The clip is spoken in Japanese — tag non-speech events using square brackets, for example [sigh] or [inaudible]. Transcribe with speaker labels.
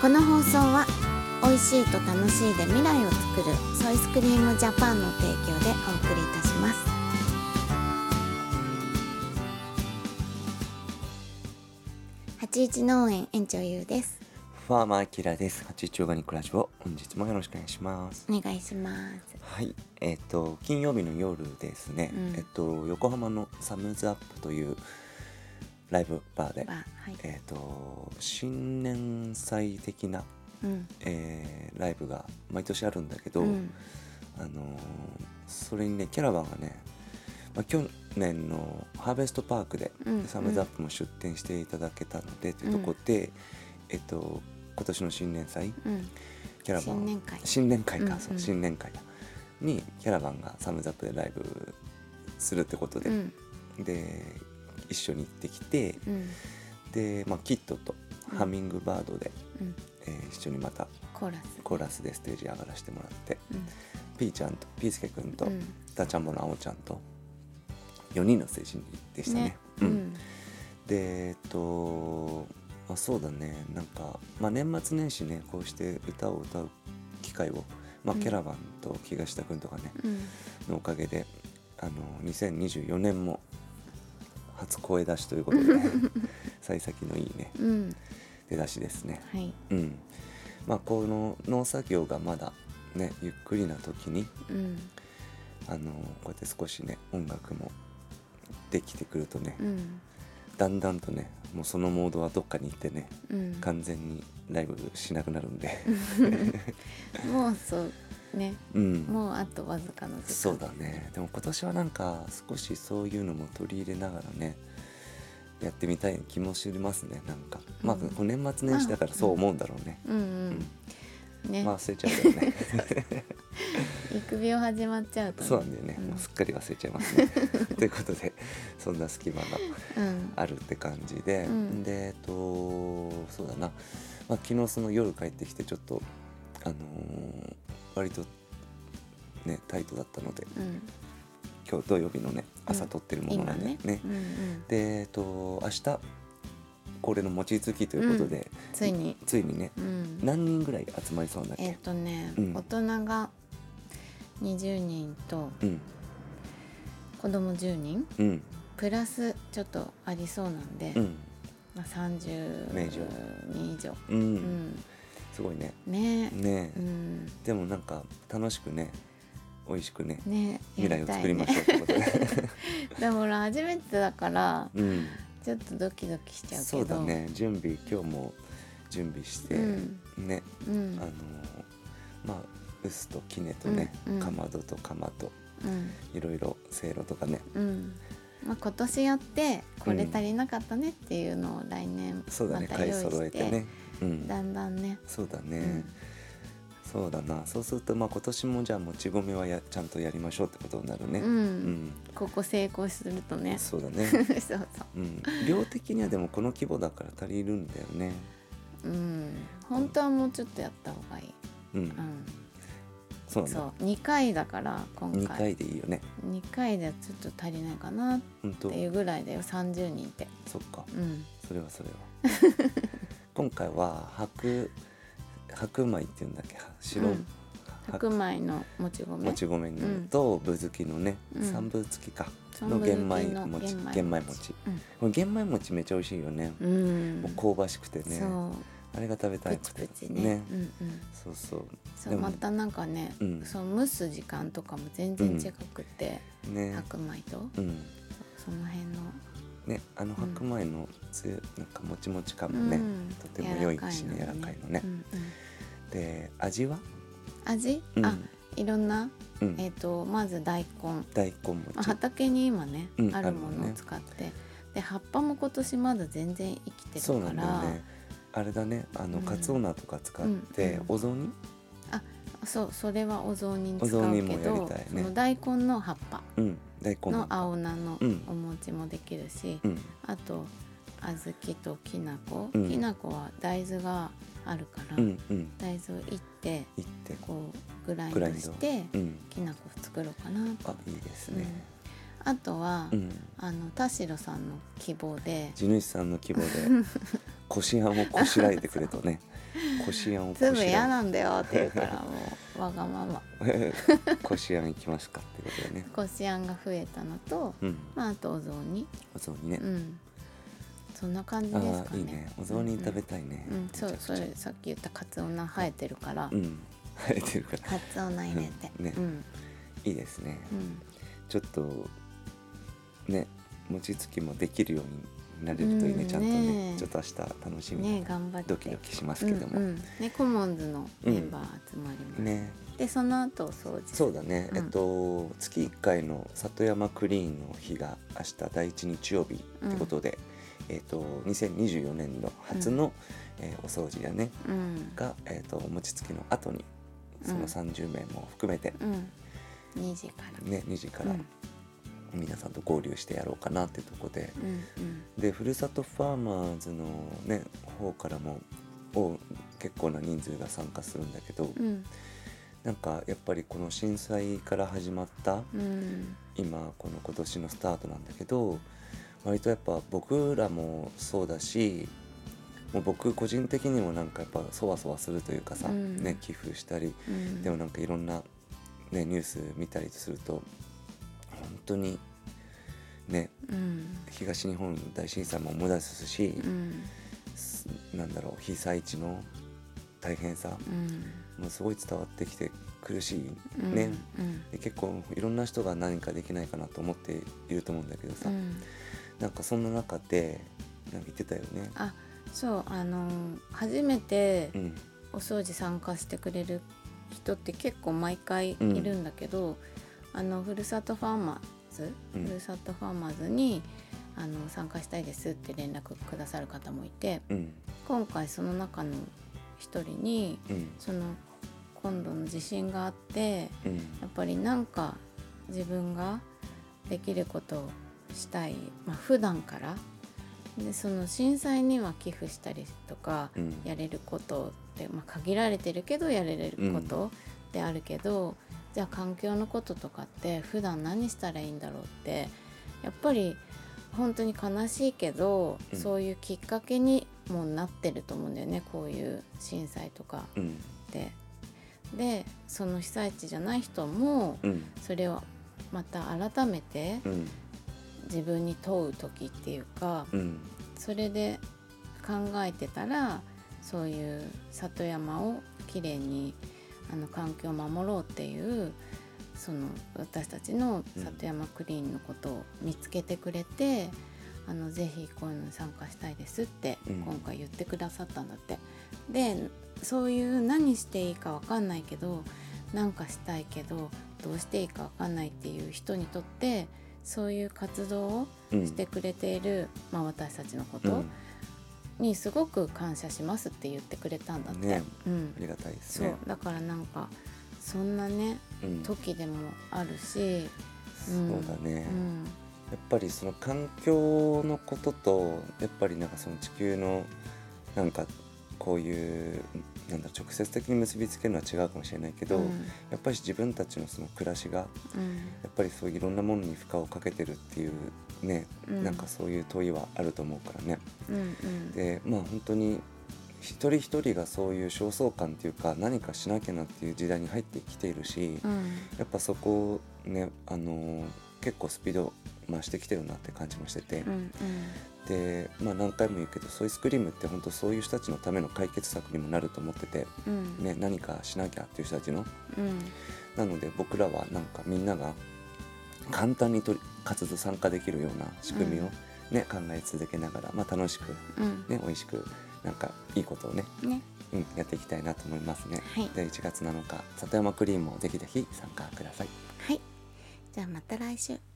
Speaker 1: この放送は美味しいと楽しいで未来を作るソイスクリームジャパンの提供でお送りいたします81農園園長ゆうです
Speaker 2: ファーマーアキラです。八丁ガニックラジオ、本日もよろしくお願いします。
Speaker 1: お願いします
Speaker 2: はい、えっ、と、金曜日の夜ですね、
Speaker 1: うん
Speaker 2: えっと、横浜のサムズアップという。ライブバーで、
Speaker 1: ははい、
Speaker 2: えっと、新年祭的な、
Speaker 1: うん
Speaker 2: えーライブが毎年あるんだけど。
Speaker 1: うん
Speaker 2: あのーそれにね、キャラバンがね。まあ、去年のハーベストパークで、
Speaker 1: うん
Speaker 2: サムズアップも出店していただけたので、というとこで。えっと、今年の新年祭。
Speaker 1: うん
Speaker 2: キャラバン
Speaker 1: 新年会
Speaker 2: 新年会か、
Speaker 1: うんうん
Speaker 2: そう新年会だにキャラバンがサムズアップでライブするってこと
Speaker 1: う
Speaker 2: で、
Speaker 1: ん
Speaker 2: で一緒に行ってきて
Speaker 1: うん
Speaker 2: で、まあ、キッドと
Speaker 1: うん
Speaker 2: ハミングバードで、
Speaker 1: うん
Speaker 2: えー一緒にまた
Speaker 1: コーラス
Speaker 2: コーラスでステージ上がらせてもらって
Speaker 1: うん
Speaker 2: ピーちゃんとピースケくんと、
Speaker 1: うん
Speaker 2: ダチャンボのあおちゃんと4人のステージでしたね。
Speaker 1: ね
Speaker 2: う
Speaker 1: うんん
Speaker 2: でえっとあそうだねなんか、まあ、年末年始ねこうして歌を歌う機会を、まあ、
Speaker 1: うん
Speaker 2: キャラバンと東田君とかね、
Speaker 1: うん
Speaker 2: のおかげであの2024年も初声出しという
Speaker 1: [laughs]
Speaker 2: ことで幸先のいいね
Speaker 1: うん
Speaker 2: 出だしですね。
Speaker 1: はい
Speaker 2: うんまあ、この農作業がまだねゆっくりな時に
Speaker 1: うん
Speaker 2: あのこうやって少しね音楽もできてくるとね、
Speaker 1: うん
Speaker 2: だんだんとねもうそのモードはどっかに行ってね
Speaker 1: うん
Speaker 2: 完全にライブしなくなるんで
Speaker 1: もうそうね
Speaker 2: うん
Speaker 1: もうあとわずかの時間
Speaker 2: そうだねでも今年はなんか少しそういうのも取り入れながらねやってみたい気もしますねなんかまあ、
Speaker 1: うん
Speaker 2: こう年末年始だからそう思うんだろうね、
Speaker 1: うんうんね、
Speaker 2: まあ忘れちゃうよね
Speaker 1: 育苗始まっちゃ [laughs] うとね
Speaker 2: そうなんだよね、
Speaker 1: うん
Speaker 2: もうすっかり忘れちゃいま
Speaker 1: [laughs]
Speaker 2: すねということでそんな隙間が
Speaker 1: うん
Speaker 2: あるって感じで、
Speaker 1: うん
Speaker 2: でえっとそうだな、まあ、昨日その夜帰ってきてちょっとあのー割とねタイトだったので
Speaker 1: うん
Speaker 2: 今日土曜日のね
Speaker 1: うん
Speaker 2: 朝撮ってるもの
Speaker 1: 今
Speaker 2: なんで、
Speaker 1: ね
Speaker 2: ね
Speaker 1: うんうん、
Speaker 2: でえっと明日恒例の餅つきということで、
Speaker 1: ついに、
Speaker 2: ついにね
Speaker 1: うん、
Speaker 2: 何人ぐらい集まりそうなんだっ
Speaker 1: えっ、
Speaker 2: け、
Speaker 1: とね、
Speaker 2: うん
Speaker 1: 大人が20人と
Speaker 2: うん
Speaker 1: 子供10人
Speaker 2: うん
Speaker 1: プラスちょっとありそうなんで、
Speaker 2: うん
Speaker 1: まあ、30
Speaker 2: 名城
Speaker 1: 人以上、
Speaker 2: うん、
Speaker 1: うん、
Speaker 2: すごいね
Speaker 1: ね
Speaker 2: ねえ、
Speaker 1: うん
Speaker 2: でもなんか楽しくね美味しくね
Speaker 1: ね
Speaker 2: 未来を作りましょ
Speaker 1: ょ
Speaker 2: うってことで、
Speaker 1: う [laughs] でもほら初めてだから [laughs]
Speaker 2: うん
Speaker 1: ちょっとドキドキしちゃうけど
Speaker 2: そうだね準備今日も準備して、
Speaker 1: うん
Speaker 2: ね
Speaker 1: うん
Speaker 2: あのーまあ臼と杵とね、
Speaker 1: うんうん
Speaker 2: かまどと釜と
Speaker 1: うん
Speaker 2: いろいろせいろとかね
Speaker 1: うんまあ、今年やってこれ足りなかったねっていうのを来年
Speaker 2: そうだ
Speaker 1: ま
Speaker 2: ね
Speaker 1: た
Speaker 2: 買い
Speaker 1: 用意
Speaker 2: 揃
Speaker 1: し
Speaker 2: え
Speaker 1: て,、
Speaker 2: てね、うん、
Speaker 1: だんだんね、
Speaker 2: そうだ
Speaker 1: う
Speaker 2: ね、
Speaker 1: ん
Speaker 2: そうだなそうするとまあ今年もじゃあもち米はやちゃんとやりましょうってことになるね、
Speaker 1: う
Speaker 2: うん
Speaker 1: んここ成功するとねそ
Speaker 2: そうだ
Speaker 1: [laughs]
Speaker 2: ね、
Speaker 1: うそう、
Speaker 2: うん、量的にはでもこの規模だから足りるんだよね、
Speaker 1: うん、本当はもうちょっとやった方がいい、
Speaker 2: うん
Speaker 1: うん、
Speaker 2: そうだ
Speaker 1: そう2回だから今
Speaker 2: 2
Speaker 1: 回
Speaker 2: 回でいいよね
Speaker 1: 2, 回でちょっと足りないかなっ
Speaker 2: 本当
Speaker 1: ていうぐらいだよ30人って、
Speaker 2: そっか
Speaker 1: うん、
Speaker 2: それ
Speaker 1: [laughs]
Speaker 2: はそれは今回は白白米っていうんだっけ白、
Speaker 1: うん白米のもち米
Speaker 2: もち米のとぶづきのね、
Speaker 1: うん
Speaker 2: 三分付きか
Speaker 1: 三
Speaker 2: の
Speaker 1: 分
Speaker 2: 玄
Speaker 1: 付きの
Speaker 2: 米餅玄
Speaker 1: 玄
Speaker 2: 米
Speaker 1: 米
Speaker 2: 餅
Speaker 1: うん
Speaker 2: これ玄米餅めっちゃ美味しいよね、
Speaker 1: うん
Speaker 2: もう香ばしくてね
Speaker 1: そう
Speaker 2: あれが食べた
Speaker 1: プ
Speaker 2: い
Speaker 1: チプチねうんうん、
Speaker 2: そうそう
Speaker 1: そう
Speaker 2: でも
Speaker 1: またなんかね、
Speaker 2: うん
Speaker 1: その蒸す時間とかも全然違くて、
Speaker 2: ね
Speaker 1: 白米と
Speaker 2: うん
Speaker 1: その辺の、
Speaker 2: ねあの白米のつゆ、なんかもちもち感もね、
Speaker 1: うん
Speaker 2: とても良いしね柔らかいのね
Speaker 1: うんうん
Speaker 2: で味は、
Speaker 1: 味、
Speaker 2: うん
Speaker 1: あいろんな、
Speaker 2: うん
Speaker 1: えっとまず大根
Speaker 2: 大根
Speaker 1: まあ
Speaker 2: 餅
Speaker 1: 畑に今ね、
Speaker 2: うん
Speaker 1: あるものを使って、で葉っぱも今年まだ全然生きて
Speaker 2: そう
Speaker 1: る
Speaker 2: な
Speaker 1: か
Speaker 2: んだ
Speaker 1: ら
Speaker 2: よねあれだねあの、
Speaker 1: うん
Speaker 2: カツオナとか使って、
Speaker 1: うん
Speaker 2: お雑煮
Speaker 1: そうそれはお雑煮に使う
Speaker 2: お雑煮
Speaker 1: け
Speaker 2: もやり
Speaker 1: ど、
Speaker 2: たいね
Speaker 1: その大根の葉っぱ
Speaker 2: うん大根
Speaker 1: の青菜の
Speaker 2: うん
Speaker 1: お餅もできるし、
Speaker 2: うん
Speaker 1: あと小豆ときな粉、
Speaker 2: うん
Speaker 1: きな粉は大豆があるから、
Speaker 2: うんうん
Speaker 1: 大豆をいって
Speaker 2: いって
Speaker 1: こうグライン
Speaker 2: グ
Speaker 1: ド
Speaker 2: ラインド
Speaker 1: して
Speaker 2: うん
Speaker 1: きな粉を作ろうかなと
Speaker 2: あいいですね
Speaker 1: あとは、
Speaker 2: うん
Speaker 1: あの田代さんの希望で [laughs]
Speaker 2: 地主さんの規模でこしあんをこしらえてくれとねこしあんをこし
Speaker 1: 全
Speaker 2: あ
Speaker 1: 部嫌
Speaker 2: ん
Speaker 1: なんだよって言うから
Speaker 2: [laughs]
Speaker 1: もうわがまま
Speaker 2: こしあんいきますかってことでね
Speaker 1: こしあんが増えたのと、
Speaker 2: うん
Speaker 1: まあ、あとお雑煮
Speaker 2: お雑煮ね
Speaker 1: う、んそんな感じ
Speaker 2: あ
Speaker 1: です
Speaker 2: あ
Speaker 1: かね
Speaker 2: いいねお雑煮食べたいね、
Speaker 1: うん、うんそう
Speaker 2: めち
Speaker 1: そ
Speaker 2: ゃくちゃ
Speaker 1: れさっき言ったカツオナ生えてるから、
Speaker 2: うん生えてるから
Speaker 1: カツオナ入れて、
Speaker 2: うんね
Speaker 1: うん
Speaker 2: いいですね、
Speaker 1: うん
Speaker 2: ちょっとね餅つきもできるようになれるといい
Speaker 1: う
Speaker 2: ね、
Speaker 1: ん
Speaker 2: ちゃんとね
Speaker 1: ね
Speaker 2: ちょっと明日楽しみ、
Speaker 1: ね頑張って
Speaker 2: ドキドキしますけども、
Speaker 1: うんうんね、コモンズのメンバー集まります、
Speaker 2: ね
Speaker 1: でその後掃除
Speaker 2: そうだね、
Speaker 1: うん
Speaker 2: えっと月1回の里山クリーンの日が明日第1日曜日ってことで、えっと2024年度初の、えーお掃除やね
Speaker 1: うん
Speaker 2: が、えっと餅つきの後にそ
Speaker 1: うん
Speaker 2: の30名も含めて、
Speaker 1: うん2時から
Speaker 2: ね2時から
Speaker 1: うん
Speaker 2: 皆さんと合流してやろうかなってとこで、
Speaker 1: うん
Speaker 2: でふるさとファーマーズのね方からもお結構な人数が参加するんだけど、
Speaker 1: うんうん
Speaker 2: なんかやっぱりこの震災から始まった
Speaker 1: うん
Speaker 2: 今この今年のスタートなんだけど割とやっぱ僕らもそうだしもう僕個人的にもなんかやっぱそわそわするというかさ、
Speaker 1: うん
Speaker 2: ね、寄付したり
Speaker 1: うん
Speaker 2: でもなんかいろんな、ね、ニュース見たりすると本当にね
Speaker 1: うん
Speaker 2: 東日本大震災も思い出すし、
Speaker 1: うん
Speaker 2: すなんだろう被災地の大変さ
Speaker 1: うん
Speaker 2: もうすごい伝わってきて苦しい
Speaker 1: うん
Speaker 2: ね、
Speaker 1: うん
Speaker 2: で結構いろんな人が何かできないかなと思っていると思うんだけどさ、
Speaker 1: うん
Speaker 2: なんかそんな中でなんか言ってたよね。
Speaker 1: あそうあの初めて
Speaker 2: うん、
Speaker 1: お掃除参加してくれる人って結構毎回いるんだけど、あのふるさとファーマーズ、
Speaker 2: うん
Speaker 1: ふるさとファーマーズにあの参加したいですって連絡くださる方もいて
Speaker 2: うん、
Speaker 1: 今回その中の一人に
Speaker 2: うん、
Speaker 1: その今度の地震があって
Speaker 2: うん、
Speaker 1: やっぱりなんか自分ができることをしたい、まあ普段からでその震災には寄付したりとか、
Speaker 2: うん、
Speaker 1: やれることって、まあ、限られてるけどやれることであるけど、じゃあ環境のこととかって普段何したらいいんだろうってやっぱり本当に悲しいけど、
Speaker 2: うん
Speaker 1: そういうきっかけにもなってると思うんだよねこういう震災とか
Speaker 2: うん、
Speaker 1: って。でその被災地じゃない人も
Speaker 2: うん、
Speaker 1: それをまた改めて
Speaker 2: うん、
Speaker 1: 自分に問う時っていうか、
Speaker 2: うん、
Speaker 1: それで考えてたらそういう里山をきれいにあの環境を守ろうっていうその私たちの里山クリーンのことを見つけてくれて、あのぜひこういうのに参加したいですって
Speaker 2: うん
Speaker 1: 今回言ってくださったんだって。でそういう何していいかわかんないけどなんかしたいけどどうしていいかわかんないっていう人にとってそういう活動を
Speaker 2: うん、
Speaker 1: してくれている、まあ、私たちのこ
Speaker 2: う
Speaker 1: と
Speaker 2: ん、
Speaker 1: にすごく感謝しますって言ってくれたんだって、
Speaker 2: ね
Speaker 1: うん
Speaker 2: あ、りがたいです
Speaker 1: そう
Speaker 2: ね。
Speaker 1: だからなんかそんなね
Speaker 2: うん、そう
Speaker 1: 時でもあるし、
Speaker 2: だね
Speaker 1: う。ん
Speaker 2: やっぱりその環境のこととやっぱりなんかその地球のなんかこういうなんだ直接的に結びつけるのは違うかもしれないけど、
Speaker 1: うん
Speaker 2: やっぱり自分たちのその暮らしがや
Speaker 1: うん
Speaker 2: っぱりそういろんなものに負荷をかけてるっていうね、
Speaker 1: うん
Speaker 2: なんかそういう問いはあると思うからね。
Speaker 1: うんうん
Speaker 2: でまあ本当に一人一人がそういう焦燥感っていうか何かしなきゃなっていう時代に入ってきているし、
Speaker 1: うん
Speaker 2: やっぱそこをね、あのー結構スピード増してきてるなって感じもしてて、
Speaker 1: うん
Speaker 2: で、まあ、何回も言うけどソイスクリームって本当そういう人たちのための解決策にもなると思ってて、
Speaker 1: うん
Speaker 2: ね、何かしなきゃっていう人たちの
Speaker 1: うん
Speaker 2: なので僕らはなんかみんなが簡単に取り活動参加できるような仕組みを、ね考え続けながら、まあ、楽しく、
Speaker 1: うん
Speaker 2: ね、美味しくなんかいいことをね、
Speaker 1: ね
Speaker 2: うん、やっていきたいなと思いますね。
Speaker 1: はい
Speaker 2: で1月7日里山クリーンもぜひぜひ参加ください。
Speaker 1: はいじゃあまた来週